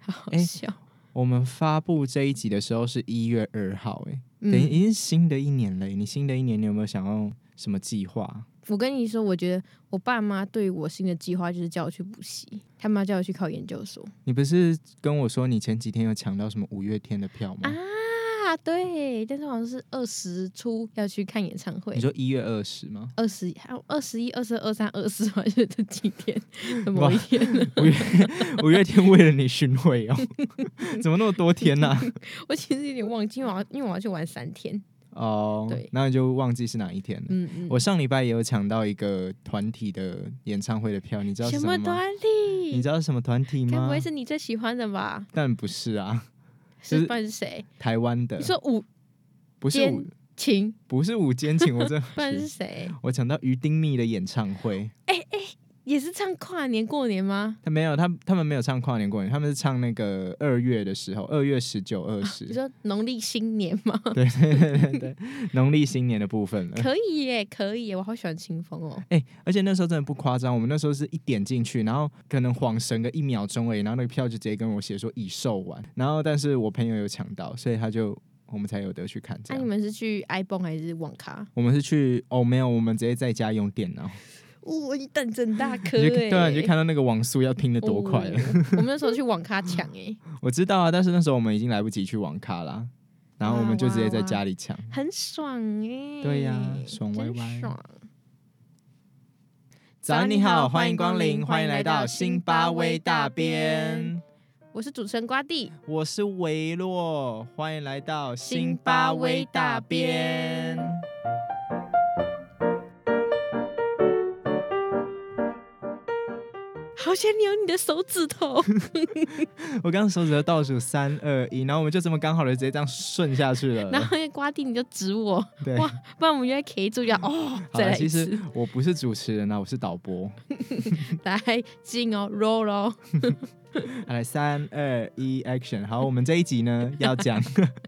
好哎笑。我们发布这一集的时候是一月二号、哎、嗯等于已经是新的一年了、哎你新的一年你有没有想要什么计划？我跟你说，我觉得我爸妈对我新的计划就是叫我去补习，他们要叫我去考研究所你不是跟我说你前几天有抢到什么五月天的票吗？啊。对，但是好像是二十出要去看演唱会你。说一月二十吗？二十还有二十一、二十二、二三、二四，还是这几天的某一天，五月 五月天为了你巡 回哦，怎么那么多天啊呢、我其实有点忘记，因为我要因为我要去玩三天。哦对，那你就忘记是哪一天了。嗯嗯，我上礼拜也有抢到一个团体的演唱会的票，你知道是什么么吗？团你体？知道是什么团体该吗不？会是你最喜欢的吧？但不是啊，就是是不然是谁？台湾的你，说五不是间五，情，不是五间情，我真 不然是的，谁？我抢到于丁密的演唱会，也是唱跨年过年吗？他没有，他他们没有唱跨年过年，他们是唱那个二月的时候，二月十九、 二你十，说农历新年吗？对对对对对，农历新年的部分 了。可以耶，可以耶，我好喜欢清风 哦。哎、而且那时候真的不夸张，我们那时候是一点进去，然后可能晃神个一秒钟而已，然后那个票就直接跟我写说已售完，然后但是我朋友有抢到，所以他就我们才有得去看那、这样。啊你们是去 iPhone 还是网咖？我们是去哦，没有，我们直接在家用电脑，哦，你等着大颗你就哎， 对啊，你就看到那个网速要拼的多 快了。哦我们那时候去网咖抢哎，我知道啊，但是那时候我们已经来不及去网咖啦，然后我们就直接在家里抢。很爽哎。对呀爽歪歪真爽。早安，你好，欢迎光临，欢迎来到辛巴威大边。我是主持人瓜地，我是维洛，欢迎来到辛巴威大边。好想扭你的手指 头。我刚刚手指头倒数三二一，然后我们就这么刚好的直接这样顺下去 了。然后那个瓜地你就指我，对，哇不然我们就在 K 住一下哦，好再了，来一其次 实，我不是主持人啊，我是导播。来进哦，roll 哦。好来，三二一，action！好，我们这一集 呢要讲，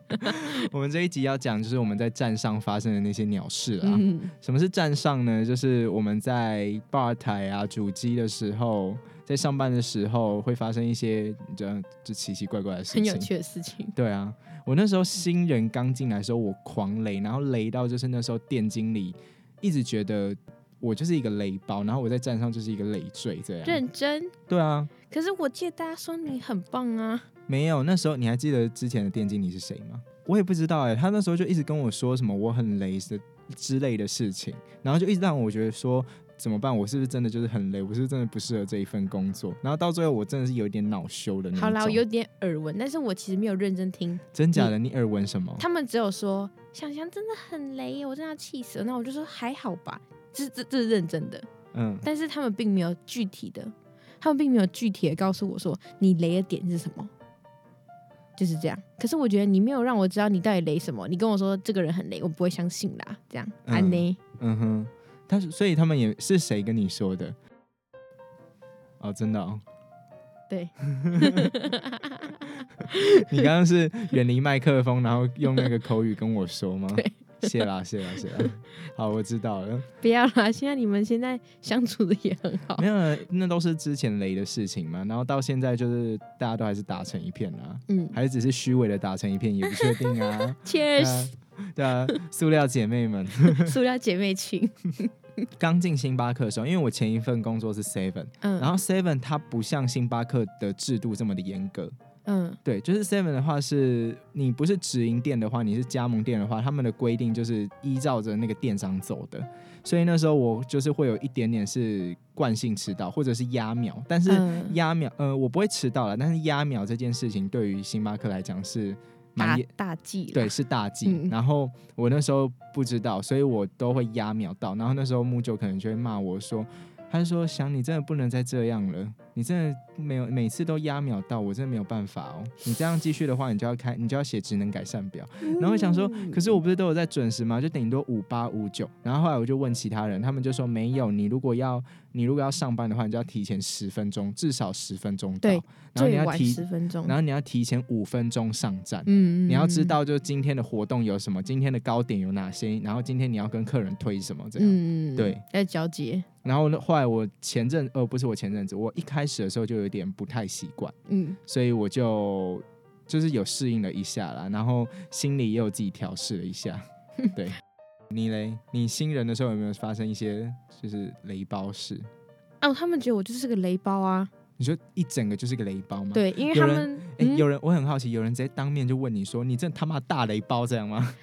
我们这一集要讲就是我们在站上发生的那些鸟事啊。嗯，什么是站上呢？就是我们在吧台啊、主机的时候，在上班的时候会发生一些这样就奇奇怪怪的事很情。有趣的事情。对啊，我那时候新人刚进来的时候，我狂雷，然后雷到就是那时候店经理一直觉得我就是一个雷包，然后我在站上就是一个累赘这样。认真。对啊，可是我记得大家说你很棒啊，没有，那时候你还记得之前的店经理是谁吗？我也不知道哎、他那时候就一直跟我说什么我很雷的之类的事情，然后就一直让我觉得说。怎么办？我是不是真的就是很累？我是不是真的不适合这一份工作？然后到最后，我真的是有一点恼羞的那一种。好啦，我有点耳闻，但是我其实没有认真听。真假的？你耳闻什么？他们只有说想想真的很雷耶，我真的要气死了。那我就说还好吧，这这这是认真的，嗯，但是他们并没有具体的，他们并没有具体的告诉我说你雷的点是什么，就是这样。可是我觉得你没有让我知道你到底雷什么，你跟我说这个人很雷，我不会相信啦。这样，嗯安内、嗯哼，但是所以他们也是谁跟你说的？哦，真 的哦，对， 你刚刚是远离麦克风，然后用那个口语跟我说吗？ 对，谢啦，谢啦，谢啦。好，我知道了。不要啦，现在你们现在相处的也很好没。有，那都是之前雷的事情嘛。然后到现在就是大家都还是打成一片啦，嗯还是只是虚伪的打成一片，也不确定啊。 对啊，Cheers，对啊，塑料姐妹们， 塑料姐妹情。刚进星巴克的时候，因为我前一份工作是 Seven，嗯，然后 Seven 它不像星巴克的制度这么的严格，嗯，对，就是 Seven 的话是，你不是直营店的话，你是加盟店的话，他们的规定就是依照着那个店长走的。所以那时候我就是会有一点点是惯性迟到，或者是压秒，但是嗯压秒，呃，我不会迟到了，但是压秒这件事情对于星巴克来讲是蛮大严，大忌啦对，，是大忌。嗯然后我那时候不知道，所以我都会压秒到。然后那时候木九可能就会骂我说。他就说：“想你真的不能再这样了，你真的没有每次都压秒到，我真的没有办法哦。你这样继续的话，你就要开，你就要写职能改善表。然后我想说，嗯可是我不是都有在准时吗？就顶多五八五九。然后后来我就问其他人，他们就说没有。你如果要你如果要上班的话，你就要提前十分钟，至少十分钟到。对然后你最要晚提，十分钟。然后你要提前五分钟上站。嗯，嗯你要嗯知道，就是今天的活动有什么，今天的糕点有哪些，然后今天你要跟客人推什么这样。嗯，嗯嗯对，在交接，然后呢，后来我前阵呃不是我前阵子，我一开始的时候就有点不太习惯，嗯，所以我就就是有适应了一下啦，然后心里也有自己调试了一 下。对，你嘞，你新人的时候有没有发生一些就是雷包事？哦，他们觉得我就是个雷包啊，你说一整个就是个雷包吗？对，因为嗯有他人们诶，嗯有人我很好奇，有人直接当面就问你说：“你这他妈大雷包这 样吗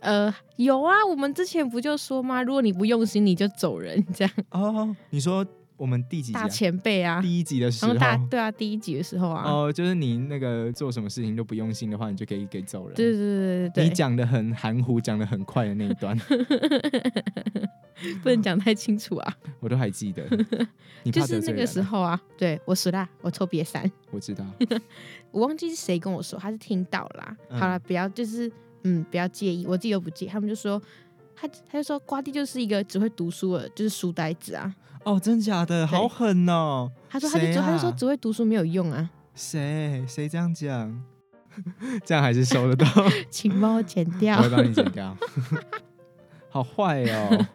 呃有啊，我们之前不就说吗？如果你不用心，你就走人，这样？”哦，你说我们第几集、大啊？前辈啊，第一集的时然后，候大对啊，第一集的时候啊，哦，就是你那个做什么事情都不用心的话，你就可以给走人。对对对对你对讲的很含糊，讲的很快的那一 段，对， 不能讲太清楚啊，我都还记得。你就怕是得那罪个人时啊，候啊，对我死啦，我抽瘪三。我知道。我忘记是谁跟我说，他是听到啦。嗯好了，不要就是嗯，不要介意，我自己都不介意。他们就说他他就说瓜地就是一个只会读书的，就是书呆子啊。哦，真假的，好狠哦！他说他就谁只、啊他就说只会读书没有用啊， 谁谁这样讲？这样还是收 得到，请帮我剪掉我会。帮你剪 掉。好坏哦，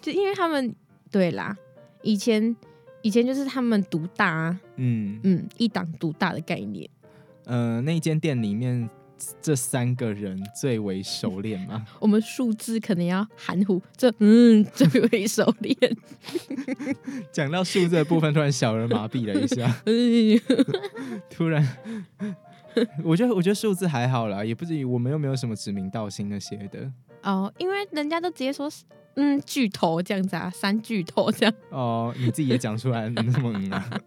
就因为他们对啦，以前以前就是他们独大、啊，嗯嗯，一党独大的概念。呃，那间店里面这三个人最为熟练 嘛？我们数字可能要含糊，这嗯 最为熟练。讲到数字的部分，突然小人麻痹了一下，嗯突然， 我觉得我觉得数字还好啦，也不至于我们又没有什么指名道姓那些的 哦，因为人家都直接说嗯巨头这样子啊，三巨头这样。哦。你自己也讲出来，你那么 嗯啊，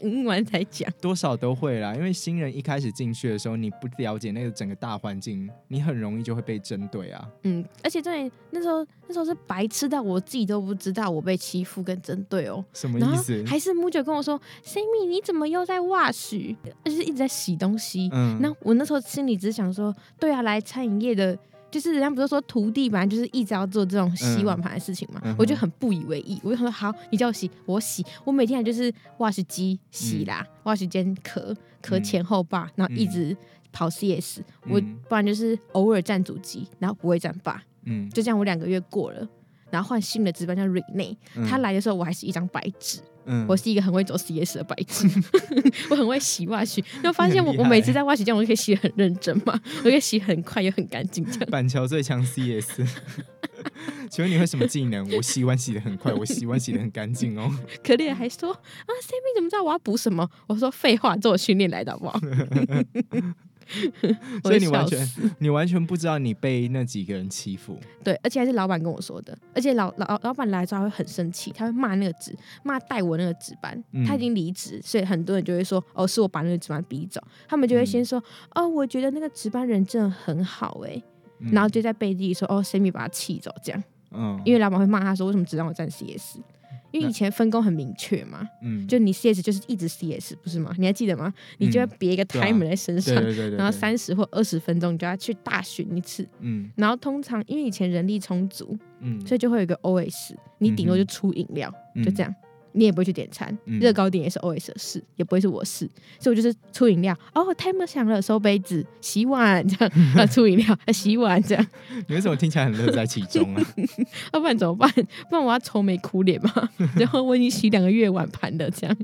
嗯完才讲，多少都会啦。因为新人一开始进去的时候，你不了解那个整个大环境，你很容易就会被针对啊。嗯，而且重点那时候那时候是白痴到我自己都不知道我被欺负跟针对哦，什么然意后思？还是木九跟我说，Sammy 你怎么又在袜洗？就是一直在洗东西。嗯那我那时候心里只是想说，对啊，来餐饮业的。就是人家不是说徒弟本来就是一直要做这种洗碗盘的事情嘛，嗯嗯哼我就很不以为意。我就想说好，你叫我洗，我洗。我每天还就是袜洗机洗啦，袜洗间壳壳嗯前后吧，然后一嗯直跑 CS、我嗯不然就是偶尔占主机，然后不会占霸，嗯，就这样我两个月过了。然后换新的值班叫 Rene，、嗯他，来的时候我还是一张白纸，嗯我是一个很会做 CS 的白纸， 我很会洗袜洗，就发现我你很厉害我每次在袜洗这样，我就可以洗得很认真嘛， 我可以洗很快又很干净这样。板桥最强 CS。请问你会什么技 能？我洗碗洗的很快，我洗碗洗的很干净哦。可怜还说啊，Sammy 怎么知道我要补什么？我说废话，这我训练来的好不好？ 我所会以你完笑全死你完全不知道你被那几个人欺负。对，而且还是老板跟我说的，而且老老老板来的时候他会很生气，他会骂那个值，骂带我那个值班，嗯他已经离职，所以很多人就会说，哦，是我把那个值班逼走，他们就会先说，哦，我觉得那个值班人真的很好哎、嗯然后就在背地里说，哦，Sammy 把他气走这样，嗯，因为为老板会骂他说，为什么只让我站 CS？因为以前分工很明确嘛，嗯就你 CS 就是一直 CS 不是吗？你还记得吗？你就会别一个对啊 timer 在 身上，对对对对，对然后三十或二十分钟你就要去大巡一次，嗯然后通常因为以前人力充足，嗯，所以就会有一个 OS，你顶多就出饮料，以就这样，样，你也不会去点餐，嗯热高点也是 OS 的事，也不会是我事，所以我就是出饮料，哦，timer 响了，收杯子，洗碗这样，啊，出饮料，啊，洗碗这样，你为什么听起来很乐在其中 啊？ 要不然怎么办？不然我要愁眉苦脸嘛。然后我已经洗两个月碗盘了，这样，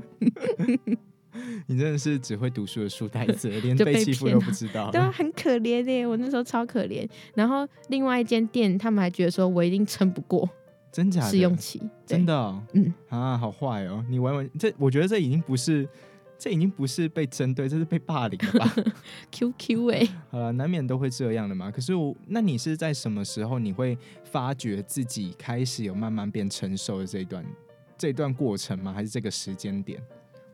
你真的是只会读书的书呆 子，连就被被欺负骗都了不知道。对啊，很可怜的，我那时候超可怜。然后另外一间店，他们还觉得说我一定撑不过真假的试用期，对真的哦，嗯啊，好坏哦，你完完这，我觉得这已经不是。这已经不是被针对，这是被霸凌了 吧？ QQ 哎、好了，难免都会这样的嘛。可是我，那你是在什么时候你会发觉自己开始有慢慢变成熟的这一段这一段过程吗？还是这个时间点？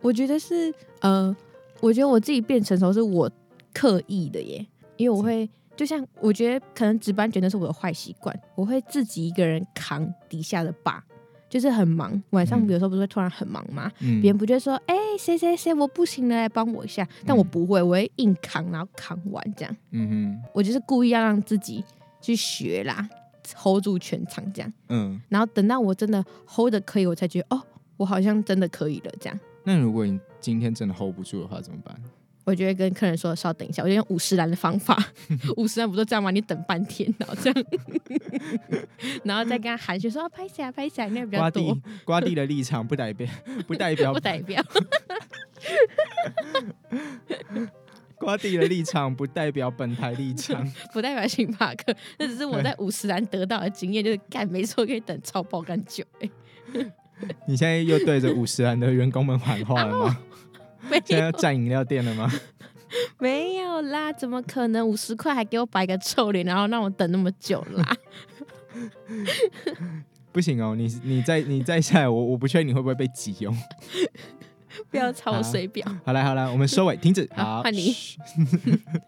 我觉得是呃，我觉得我自己变成熟是我刻意的耶，因为我会就像我觉得可能值班觉得是我的坏习惯，我会自己一个人扛底下的把，就是很忙，晚上嗯有时候不是会突然很忙吗？嗯别人不就会说，哎、谁谁谁，我不行了，来帮我一下。但我不会，我会硬扛，然后扛完这样。嗯我就是故意要让自己去学啦，hold 住全场这样。哼，嗯，然后等到我真的 hold 的可以，我才觉得哦，我好像真的可以了这样。那如果你今天真的 hold 不住的话怎么办？我就会跟客人说稍等一下，我就用五十岚的方 法，五十岚不都这样吗？你等半天，然后这样， 然后再跟他寒暄说哦拍起来拍起来，那个比较瓜 多地，瓜地的立场不代表不代 表不代表瓜地的立场不代表本台立场。 不代表星巴克，那只是我在五十岚得到的经验，就是干没错可以等超爆干久、欸，你现在又对着五十人的员工们喊话了哦吗？没现在要有占饮料店了吗？ 没有啦，怎么可能五十块还给我摆个臭脸，然后让我等那么久 啦？不行哦，你你再你再下来，我我不确定你会不会被挤用。不要抄我水表。好来好来，我们收尾，停止。好好，换你嘘。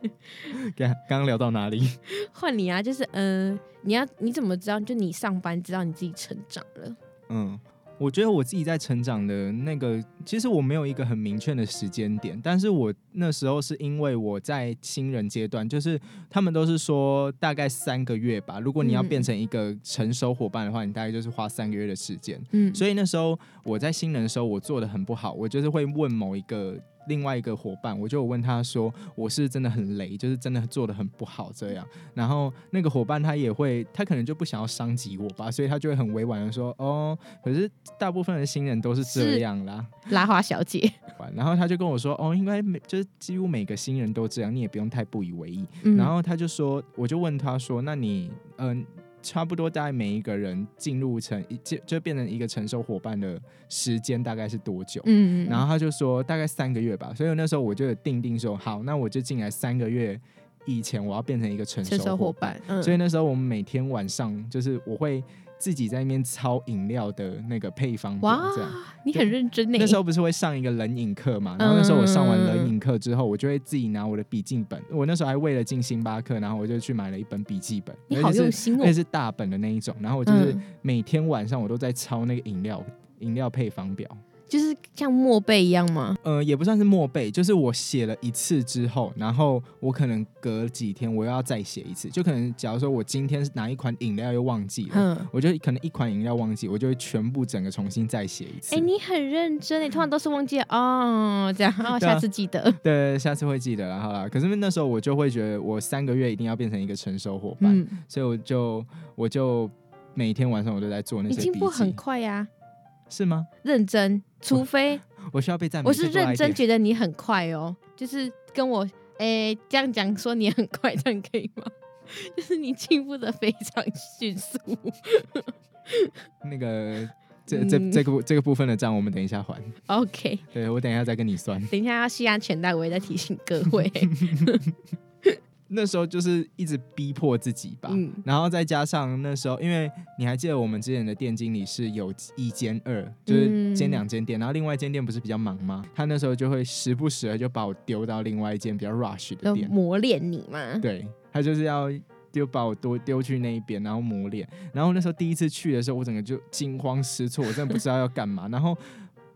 刚刚聊到哪里？换你啊，就是嗯、呃你要你怎么知道？就你上班知道你自己成长了，嗯，我觉得我自己在成长的那个，其实我没有一个很明确的时间点，但是我那时候是因为我在新人阶段，就是他们都是说大概三个月吧，如果你要嗯变成一个成熟伙伴的话，你大概就是花三个月的时间。嗯，所以那时候我在新人的时候，我做的很不好，我就是会问某一个另外一个伙伴，我就有问他说，我是真的很雷，就是真的做的很不好这样。然后那个伙伴他也会，他可能就不想要伤及我吧，所以他就会很委婉的说，哦，可是大部分的新人都是这是样啦。嗯拉花小姐，然后他就跟我说，哦，应该每就是几乎每个新人都这样，你也不用太不以为意。嗯， 然后他就说，我就问他说，那你嗯、差不多大概每一个人进入成一就就变成一个成熟伙伴的时间大概是多久？嗯，然后他就说大概三个月吧，所以那时候我就有定定说，好，那我就进来三个月以前我要变成一个成成熟熟伙伙伴。伴，嗯，所以那时候我们每天晚上就是我会自己在那边抄饮料的那个配方嗯表哇这样。，你很认真欸呢，那时候不是会上一个冷饮课嘛？然后那时候我上完冷饮课之后，我就会自己拿我的笔记本。我那时候还为了进星巴克，然后我就去买了一本笔记本，你好而且用是心哦而且，是大本的那一种。然后我就是嗯每天晚上我都在抄那个饮料饮料配方表。就是像默背一样吗？呃，也不算是默背，就是我写了一次之后，然后我可能隔几天我又要再写一次。就可能假如说我今天是哪一款饮料又忘记了，嗯，我就可能一款饮料忘记，我就会全部整个重新再写一次。哎，你很认真呢，通常都是忘记了哦，这样，哦， 对啊下次记得，对，下次会记得啦，好啦。可是那时候我就会觉得，我三个月一定要变成一个成熟伙伴，嗯，所以我就我就每天晚上我都在做那你些进笔步很记，快呀，是吗？认真，除非我需要被赞美，我是再多认来一真点觉得你很快哦，就是跟我诶、这样讲说你很快，这样可以吗？ 就是你进步的非常迅速， 那个这这嗯这个部这个部分的账，我们等一下还。 OK，对我等一下再跟你算。等一下要系安全带，我也在提醒各位。那时候就是一直逼迫自己吧，嗯然后再加上那时候，因为你还记得我们之前的店经理是有一兼二，就是兼两间店，然后另外一间店不是比较忙吗？他那时候就会时不时的就把我丢到另外一间比较 rush 的要店，磨练你嘛？对他就是要丢把我多丢去那一边，然后磨练。然后那时候第一次去的时候，我整个就惊慌失措，我真的不知道要干嘛。然后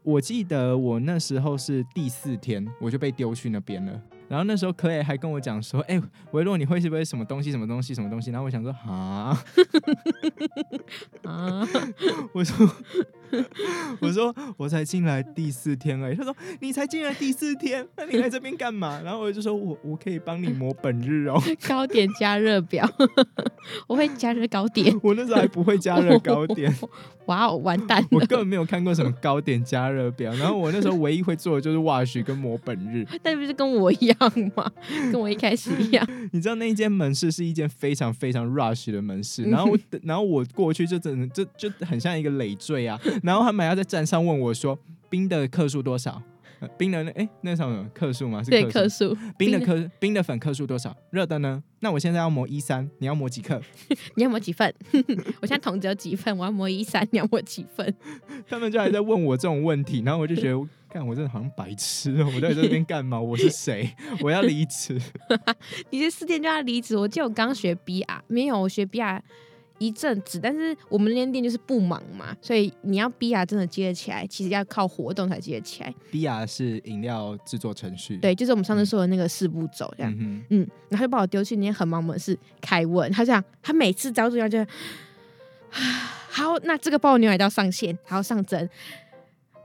我记得我那时候是第四天，我就被丢去那边了。然后那时候 Clay 还跟我讲说：“哎、维洛，你会是不会什么东西？什么东西？什么东西？”然后我想说：“啊，啊，我说， 我说我才进来第四天而已。”他说：“你才进来第四天，那你来这边干嘛？”然后我就说：“我我可以帮你磨本日哦。”糕点加热表， 我会加热糕点。我那时候还不会加热糕点， 哇哦，完蛋我 了！根本没有看过什么糕点加热表。然后我那时候唯一会做的就是 wash 跟磨本日。那不是跟我一样 吗？跟我一开始一样，你知道那一间门市是一间非常非常 rush 的门市，然后我然后我过去就真的就就很像一个累赘啊。然后他们还要在站上问我说冰的克数多少？呃冰的那哎那什么克数吗？是对，克克数。数，冰的冰克冰的粉克数多少？热的呢？那我现在要磨一三，你要磨几克？你要磨几份？ 我现在桶只有几份，我要磨一三，你要磨几份？ 他们就还在问我这种问题，然后我就觉得，看我真的好像白痴哦、我到底在这边干嘛？我是谁？我要离职。你这四天就要离职？我记得我刚学 BR，没有我学 BR 一阵子，但是我们那间店就是不忙嘛，所以你要 BR 真的接得起来，其实要靠活动才接得起来。比亚是饮料制作程序，，对，就是我们上次说的那个四步走这样。嗯嗯，然后就把我丢去那些很忙的事开问，他这样，他每次找主要就，啊好，那这个爆牛奶到上线，还要上针，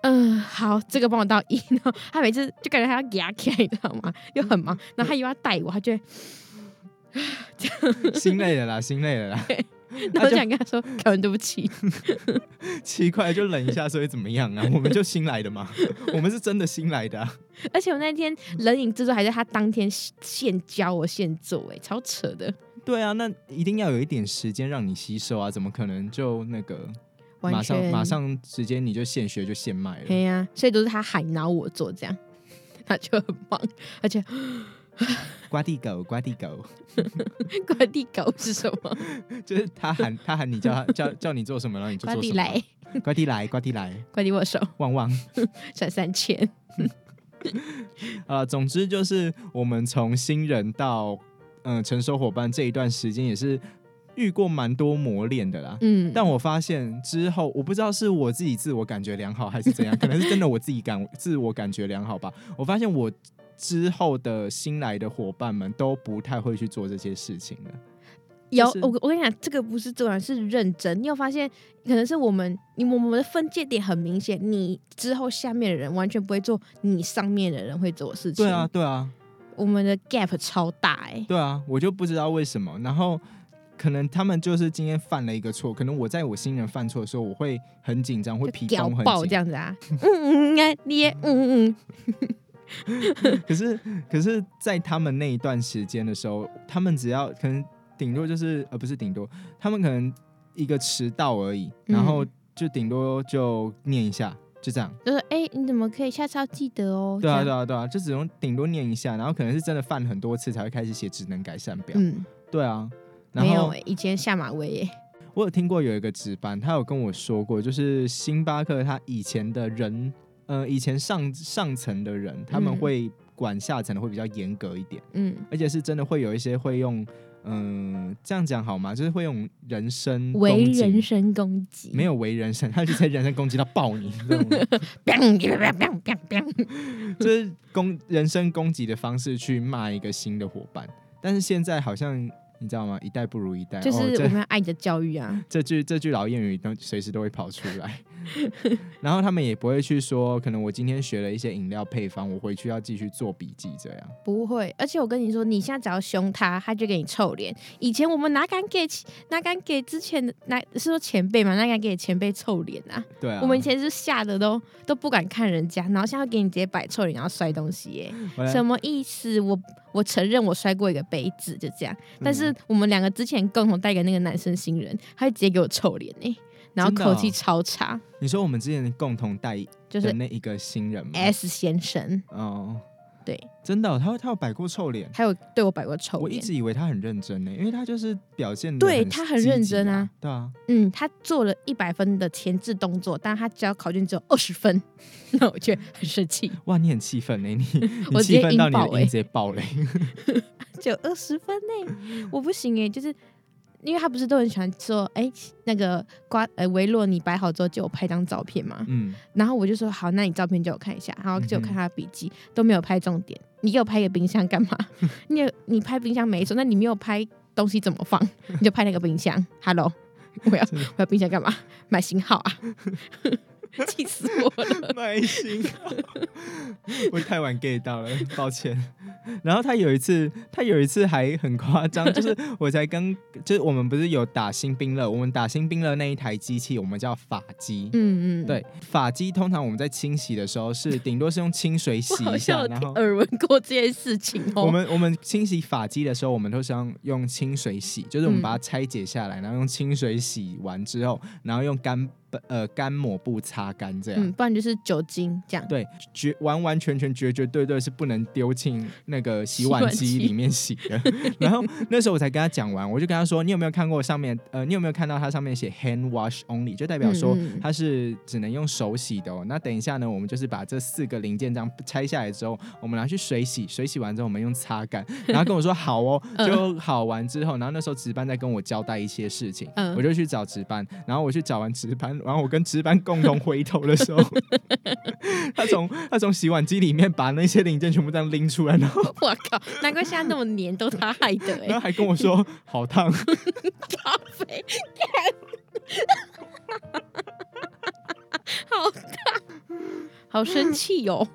嗯、嗯，好，这个帮我到一。 然后他每次就感觉他要牙起来，你知道吗？又很忙，然后他又要带我，他 就会心累了啦，心累了啦，然后就想跟他说：“凯文，对不起。奇怪就忍一下，所以怎么样啊？我们就新来的嘛， 我们是真的新来的、啊，”而且我那天冷饮制作还是他当天现教我现做、哎，超扯的，对啊，那一定要有一点时间让你吸收啊，怎么可能就那个马完上全马。上直接你就现学就现卖哎了？呀、所以都是他喊然后我做这样， 他就很忙，而且 瓜地狗，瓜地狗，瓜地狗是什么？就是他喊他喊你叫他叫叫你做什么，然后你就瓜做地什么啊来，， 瓜地来，瓜地来，瓜地握手， 旺旺。赚三千。呃，总之就是我们从新人到嗯、呃成熟伙伴这一段时间，也是遇过蛮多磨练的啦。嗯，但我发现之后，我不知道是我自己自我感觉良好还是怎样，可能是真的我自己感自我感觉良好吧。我发现我之后的新来的伙伴们都不太会去做这些事情了。有就是我我跟你讲，这个不是自然，是认真。你有发现，可能是我们你我们的分界点很明显，你之后下面的人完全不会做你上面的人会做的事情。对啊，，对啊，我们的 gap 超大哎、对啊，我就不知道为什么。然后可能他们就是今天犯了一个错，可能我在我新人犯错的时候，我会很紧张，会就皮屌绷很爆紧这。样子啊，嗯嗯嗯啊，你也嗯嗯嗯，可是，可是在他们那一段时间的时候，他们只要可能顶多就是呃，不是顶多，他们可能一个迟到而已，嗯然后就顶多就念一下，就这样。就说哎、你怎么可以下次要记得哦？对啊，这对样啊，对啊，就只用顶多念一下，然后可能是真的犯很多次才会开始写职能改善表。嗯，对啊，然没有后哎、以前下马威哎、我有听过有一个值班，他有跟我说过，就是星巴克他以前的人，呃，以前上上层的人他们嗯会管下层的会比较严格一点。嗯，而且是真的会有一些会用，嗯、这样讲好吗？就是会用人身为嗯攻击人身攻击，没有为人身，他就在人身攻击到爆你，这 种，bang bang bang bang bang，就是攻人身攻击的方式去骂一个新的伙伴。但是现在好像你知道吗？一代不如一代，就是哦、我这们要爱的教育啊，这句这句老谚语都随时都会跑出来。 然后他们也不会去说，可能我今天学了一些饮料配方，我回去要继续做笔记这样。不会，而且我跟你说，你现在只要凶他，他就给你臭脸。以前我们哪敢给其哪敢给之前的哪是说前辈嘛，哪敢给前辈臭脸啊？对啊，我们以前是吓得都都不敢看人家，然后现在给你直接摆臭脸，然后摔东西耶、我来什么意思？我我承认我摔过一个杯子，就这样。但是嗯我们两个之前共同带给那个男生新人，他就直接给我臭脸哎、然后真的哦口气超差，你说我们之前共同带就的是那一个新人吗？ S 先生，哦，对，真的哦、他他有摆过臭脸，还有对我摆过臭我一脸。直以为他很认真呢，因为他就是表现得对积极他很认真啊啊，对啊，嗯，他做了一百分的前置动作，但他交考卷只有二十分， 那我却很生气，哇，你很气 愤呢，你你我直接气愤到你引爆的欸音直接 爆雷，只有二十分呢、我不行哎、就是因为他不是都很喜欢说，哎、那个瓜呃维洛你摆好之后借我拍张照片嘛，嗯，然后我就说好，那你照片借我看一下，然后借我嗯哼看他的笔记、都没有拍重点，你给我拍一个冰箱干嘛？ 你有你拍冰箱没错，那你没有拍东西怎么放？你就拍那个冰箱，Hello，我要我要冰箱干嘛？买型号啊！ 气死我了！耐心， 我太晚 get 到了，抱歉。然后他有一次，他有一次还很夸张， 就是我才刚，就是我们不是有打新兵乐，我们打新兵乐那一台机器，我们叫法机。嗯嗯， 对，法机通常我们在清洗的时候是顶多是用 清水洗我好一像下，有然听后耳闻过这件事情哦。 我啊们我们清洗发机的时候，我们都是要用清水洗，就是我们把它拆解下来，然后用清水洗完之后，然后用干呃干抹布擦干，这样、嗯，不然就是酒精这 样。对绝完完全全绝绝对对是不能丢进那个洗碗洗机碗机里面洗 的。然后那时候我才跟他讲完，我就跟他说，你有没有看过上面呃，你有没有看到它上面写 hand wash only，就代表说嗯嗯它是只能用手洗的哦。那等一下呢，我们就是把这四个零件这样拆下来之后，我们拿去水洗，水洗完之后我们用擦干， 然后跟我说好哦，嗯就好完之后，然后那时候值班在跟我交代一些事情，嗯我就去找值班，然后我去找完值班，然后我跟值班共同回头的时候， 他从他从洗碗机里面把那些零件全部这样拎出来，然后我靠，难怪现在那么黏，都他害的 然后哎、还跟我说好烫， 咖啡， 干好大，好生气哦！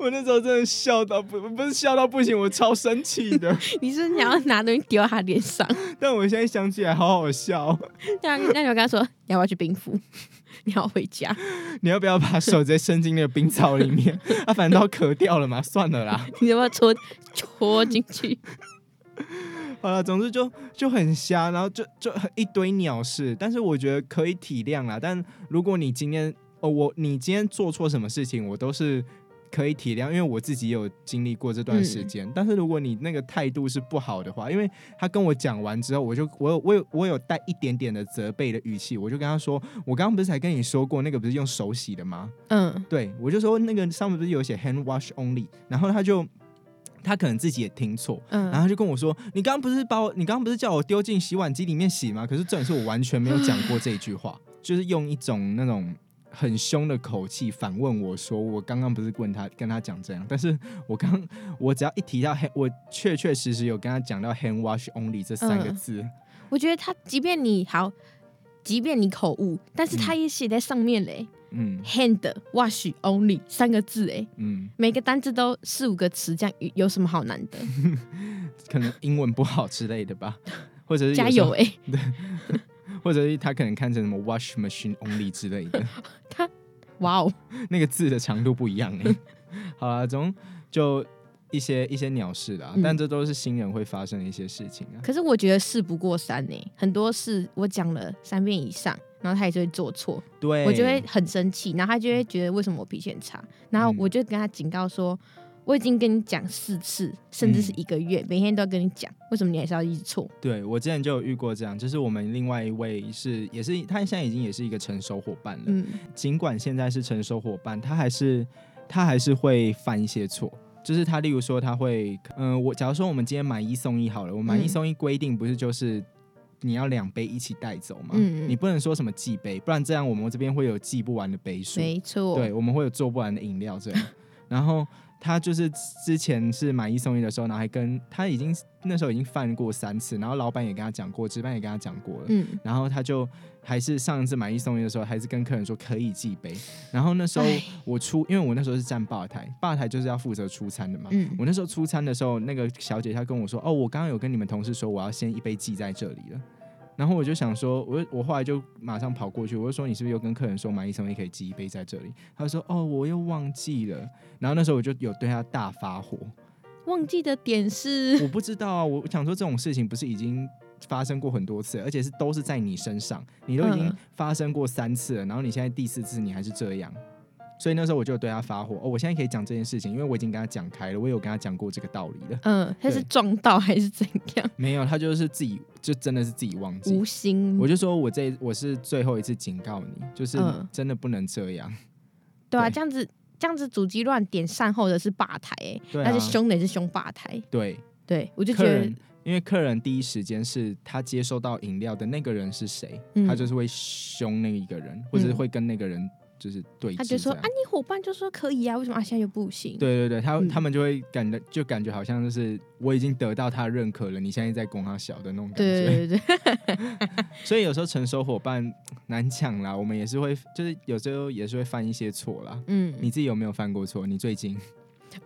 我那时候真的笑到不不是笑到不行，我超生 气的。你是想要拿东西丢到他脸上？但我现在想起来好好笑。哦那那你有跟他说你要不要去冰敷？ 你要回家？你要不要把手直接伸进那个冰槽里面？ 啊，反正都咳掉了嘛，算了啦。你要不要戳戳进去？好了，呃总之就就很瞎，然后就就很一堆鸟事。但是我觉得可以体谅啦。但如果你今天哦，我你今天做错什么事情，我都是可以体谅，因为我自己也有经历过这段时间。但是如果你那个态度是不好的话，因为他跟我讲完之后，我就我有我有我有带一点点的责备的语气，我就跟他说，我刚刚不是才跟你说过那个不是用手洗的吗？嗯，对，我就说那个上面不是有写 hand wash only，然后他就他可能自己也听错，嗯然后他就跟我说，你刚刚不是把我，你刚刚不是叫我丢进洗碗机里面洗吗？可是重点是我完全没有讲过这一 句话，就是用一种那种。很凶的口气反问我说：“我刚刚不是问他跟他讲这样，但是我刚我只要一提到 hand，我确确实实有跟他讲到 hand wash only 这三个嗯字，我觉得他即便你好，即便你口误，但是他也写在上面嘞、嗯 hand wash only 三个字哎，嗯，每个单字都四五个词，这样有有什么好难的？可能英文不好之类的吧，或者是有加时候油哎、或者是他可能看成什么 wash machine only 之类的，哇哦，那个字的长度不一样哎、好啦，总就一些一些鸟事啦，嗯但这都是新人会发生的一些事情啊。可是我觉得事不过三呢、很多事我讲了三遍以上，然后他也就会做错，对，我就会很生气，然后他就会觉得为什么我脾气很差，然后嗯我就跟他警告说。我已经跟你讲四次，甚嗯至是一个月，每天都要跟你讲，为什么你还是要一直错？对我之前就有遇过这样，就是我们另外一位是也是他现在已经也是一个成熟伙伴了，嗯，尽管现在是成熟伙伴，他还是他还是会犯一些错。就是他，例如说他会，嗯、我假如说我们今天买一送一好了，我买一嗯送一规定不是就是你要两杯一起带走吗？嗯嗯你不能说什么寄杯，不然这样我们这边会有寄不完的杯数。没错，对，我们会有做不完的饮料这样。然后他就是之前是买一送一的时候，然后还跟他已经那时候已经犯过三次，然后老板也跟他讲过，值班也跟他讲过了。嗯，然后他就还是上一次买一送一的时候，还是跟客人说可以寄杯。然后那时候唉我出，因为我那时候是站吧台，吧台就是要负责出餐的嘛。嗯我那时候出餐的时候，那个小姐她跟我说：“哦，我刚刚有跟你们同事说我要先一杯寄在这里了。”然后我就想说，我我后来就马上跑过去，我就说：“你是不是又跟客人说买一送一可以寄一杯在这里？”她说：“哦，我又忘记了。”然后那时候我就有对她大发火，忘记的点是，我不知道啊，我想说这种事情不是已经发生过很多次了，而且是都是在你身上，你都已经嗯发生过三次了，然后你现在第四次你还是这样，所以那时候我就对他发火。哦，我现在可以讲这件事情，因为我已经跟他讲开了，我有跟他讲过这个道理了。嗯，他是对撞到还是怎样？没有，他就是自己就真的是自己忘记无。心，我就说我这我是最后一次警告你，就是嗯真的不能这样。对啊，对这样子这样子主机乱点善后的是吧台、欸，对啊但是凶的也是凶吧台，对，对我就觉客得人，因为客人第一时间是他接收到饮料的那个人是谁，嗯他就是会凶那一个人，或者是会跟那个人就是对峙这样。他就说啊，你伙伴就说可以啊，为什么啊现在又不行？，对对对，他、嗯他们就会感觉就感觉好像就是我已经得到他的认可了，你现在在供他小的那种感对觉。对对对，所以有时候成熟伙伴难讲啦，我们也是会就是有时候也是会犯一些错啦。嗯，你自己有没有犯过错？你最近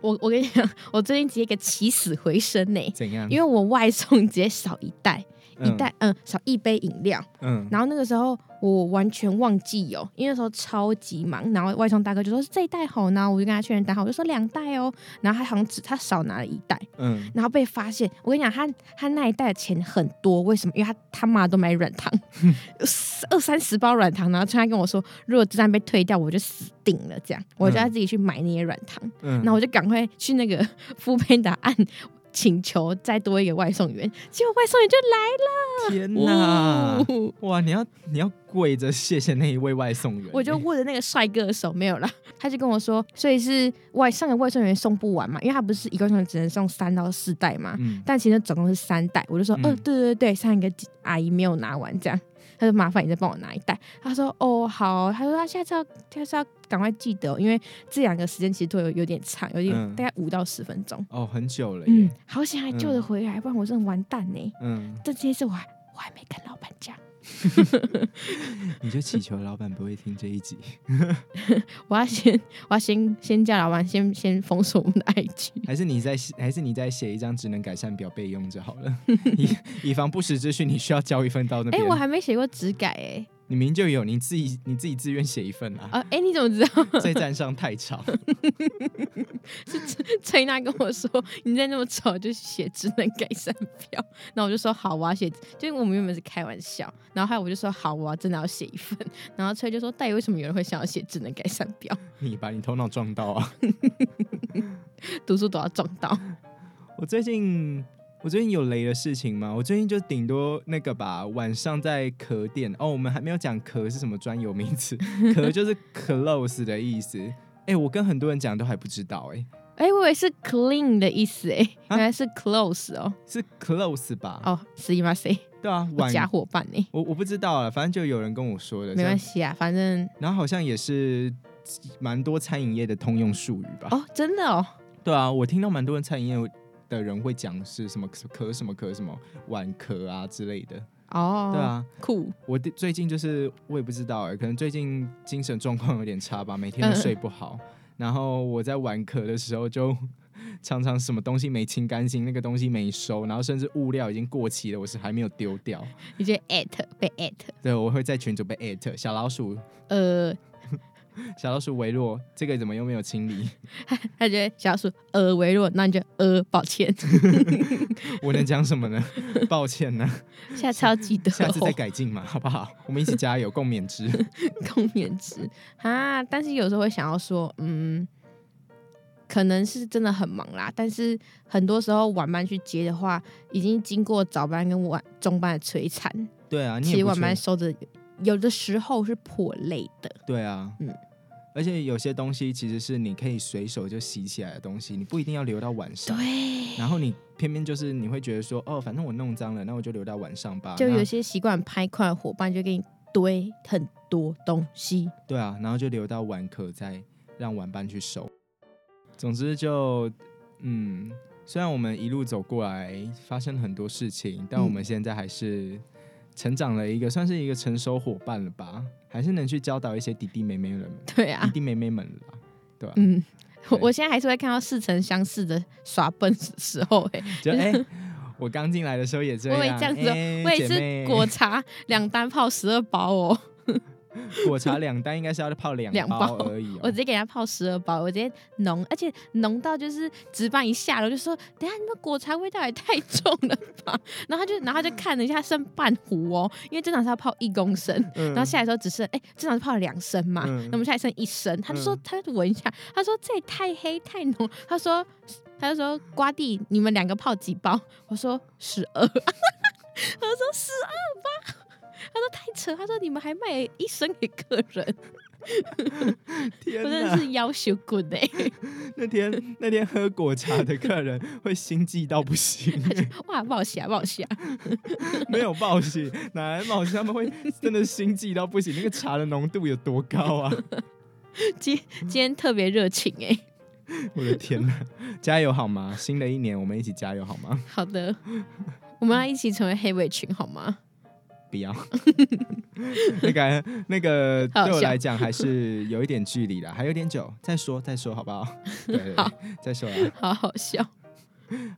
我我跟你讲，我最近直接给起死回生呢、怎样？因为我外送直接少一袋，一嗯袋嗯少一杯饮料，嗯然后那个时候我完全忘记有，因为那时候超级忙，然后外送大哥就说是这一袋好，然后我就跟他确认单号，我就说两袋哦，然后他好像只他少拿了一袋，嗯，然后被发现。我跟你讲，他他那一袋的钱很多，为什么？因为他他妈都买软糖，二三十包软糖，然后突然跟我说，如果这单被退掉，我就死定了。这样，我就要自己去买那些软糖，嗯然后我就赶快去那个富佩达按请求再多一个外送员，结果外送员就天 来哪！了。呜哇，你要你要跪着谢谢那一位外送员。欸我就握着那个帅哥的手，没有啦，他就跟我说，所以是外上个外送员送不完嘛，因为他不是一个外送员只能送三到四袋嘛，嗯，但其实总共是三袋，我就说，嗯嗯、对对对，上一个阿姨没有拿完，这样，他说麻烦你再帮我拿一袋。他说哦好，他说他下次要下次要赶快记得哦、因为这两个时间其实都有有点长，有点、嗯大概五到十分钟。哦，很久了嗯耶。，好险还救得回来，不然我真的完蛋呢。嗯，但这件事我还我还没跟老板讲，你就祈求老板不会听这一集，我要先， 我要先先叫老板先先封锁我们的 IG。还是你再写还是你再写一张职能改善表备用就好 了，以以防不时之需，你需要交一份到那哎、边。我还没写过纸改哎、你明明就有，你自己你自己自愿写一份啦，啊哎、你怎么知道？再站上太吵。崔娜跟我说，你再那么丑就写职能改善表。那我就说好，我要写。就是我们原本是开玩笑，然后后来我就说好，我要真的要写一份。然后崔就说，到底为什么有人会想要写职能改善表？你把你头脑撞到啊！读书都要撞到。我最近我最近有雷的事情吗？我最近就顶多那个吧，晚上在壳店哦，我们还没有讲壳是什么专有 名词，壳就是 close 的意思。哎、我跟很多人讲都还不知道、哎，哎、我以为是 clean 的意思哎、原啊来是 close 哦。是 close 吧？哦，是吗？谁？对啊，我晚假伙伴哎、我我不知道啊，反正就有人跟我说的，没关系。系啊，反正然后好像也是蛮多餐饮业的通用术语吧？哦，真的哦，对啊，我听到蛮多餐饮业的人会讲是什么壳什么壳什么碗壳啊之类的。哦，对，啊，酷，我的最近就是我也不知道哎、可能最近精神状况有点差吧，每天都睡不好。然后我在玩壳的时候就 常常什么东西没清干净，那个东西没收，然后甚至物料已经过期了，我是还没有丢掉。你觉得 at 被 at，对，我会在群组被艾特小老鼠，呃，小老鼠维洛，这个怎么又没有清理？他觉得小鼠呃微弱，那你就呃抱歉， 我能讲什么呢？ 抱歉呢、 下次要记得、哦，下次再改进嘛，好不好？我们一起加油，共勉 之。共勉值啊。但是有时候会想要说，嗯，可能是真的很忙啦，但是很多时候晚班去接的话，已经经过早班跟晚中班的摧残，对啊，你其也实不晚确班收的有的时候是颇累的。对啊，嗯而且有些东西其实是你可以随手就洗起来的东西，你不一定要留到晚上。对，然后你偏偏就是你会觉得说，哦，反正我弄脏了，那我就留到晚上吧。就那有些习惯拍快的伙伴就给你堆很多东西，对啊，然后就留到晚课再让晚班去收。总之就嗯，虽然我们一路走过来发生了很多事情，但我嗯们现在还是成长了一个，算是一个成熟伙伴了吧，还是能去教导一些弟弟妹妹们、对啊弟，弟妹妹们了吧，对吧、嗯，我对我现在还是会看到似曾相识的耍笨时候、欸，就哎、我刚进来的时候也这样，我也这样子哦哎我也姐妹是果茶两单泡十二包哦，果茶两单，应该是要泡两两包包而已、我哦直。接给他泡十二包，我直接浓，而且浓到就是值班一下楼就说，等一下你们果茶味道也太重了吧， 然后他就然后他就看了一下剩半壶哦，因为正常是要泡一公升，嗯然后下来的时候只剩哎、正常是泡了两升嘛，嗯那我们下来剩一升，他就说嗯他就闻一下，他说这也太黑太浓，他说他就说瓜地你们两个泡几包？我说十二，我 说十二吧，他说太扯，他说你们还卖一升给客人，我真天的哪，是要求滚哎、 那天那天喝果茶的客人会心悸到不 行，哇冒险啊冒险，没有报喜，哪来报喜？他 们会真的心悸到不行，那个茶的浓度有多高啊！ 今嗯今天特别热情哎、我的天哪，加油好吗？新的一年我们一起加油好吗？好的，我们要一起成为黑尾群好吗？不 要，那个那个好对我笑来讲还是有一点距离啦，还有点久，再说再说好 不好？对对对好，再说啦。好好笑，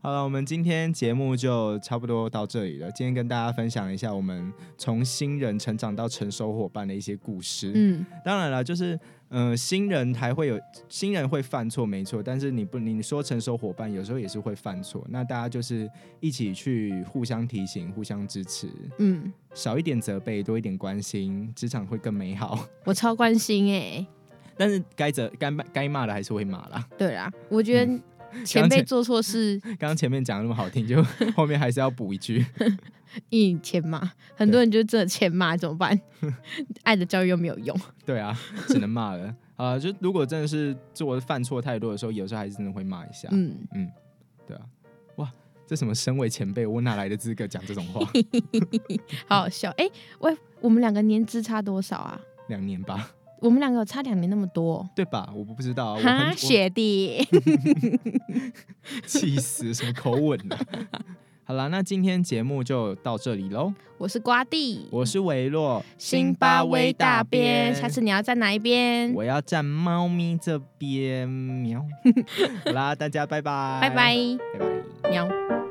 好了，我们今天节目就差不多到这里了。今天跟大家分享一下我们从新人成长到成熟伙伴的一些故事。嗯，当然了，就是呃，新人还会有新人会犯错，没错。但是你不，你说成熟伙伴有时候也是会犯错，那大家就是一起去互相提醒、互相支持，嗯，少一点责备，多一点关心，职场会更美好。 我超关心哎、但是该责该骂该骂的还是会骂啦。 对啦，我觉得 前刚辈前做错 事刚刚前面讲的那么好听，就后面还是要补一句。 一钱骂，很多人就真的钱骂怎么办？ 爱的教育又没有用，对啊，只能骂了。 啊、就如果真的是做犯错太多的时候，有时候还是真的会骂一下。嗯，对啊，哇，这什么身为前辈，我哪来的资格讲这种 话？好好笑。哎、喂，我们两个年资差多少啊？两年吧， 我们两个有差两年那么多哦、对吧？我不知道啊，我很哈，学弟， 我气死，什么口吻呢、啊 好啦，那今天节目就到这里喽。我是瓜地，我是维洛，辛巴威大边，下次你要站哪一边？我要站猫咪这边喵。好啦，大家拜拜，拜拜，拜拜。喵。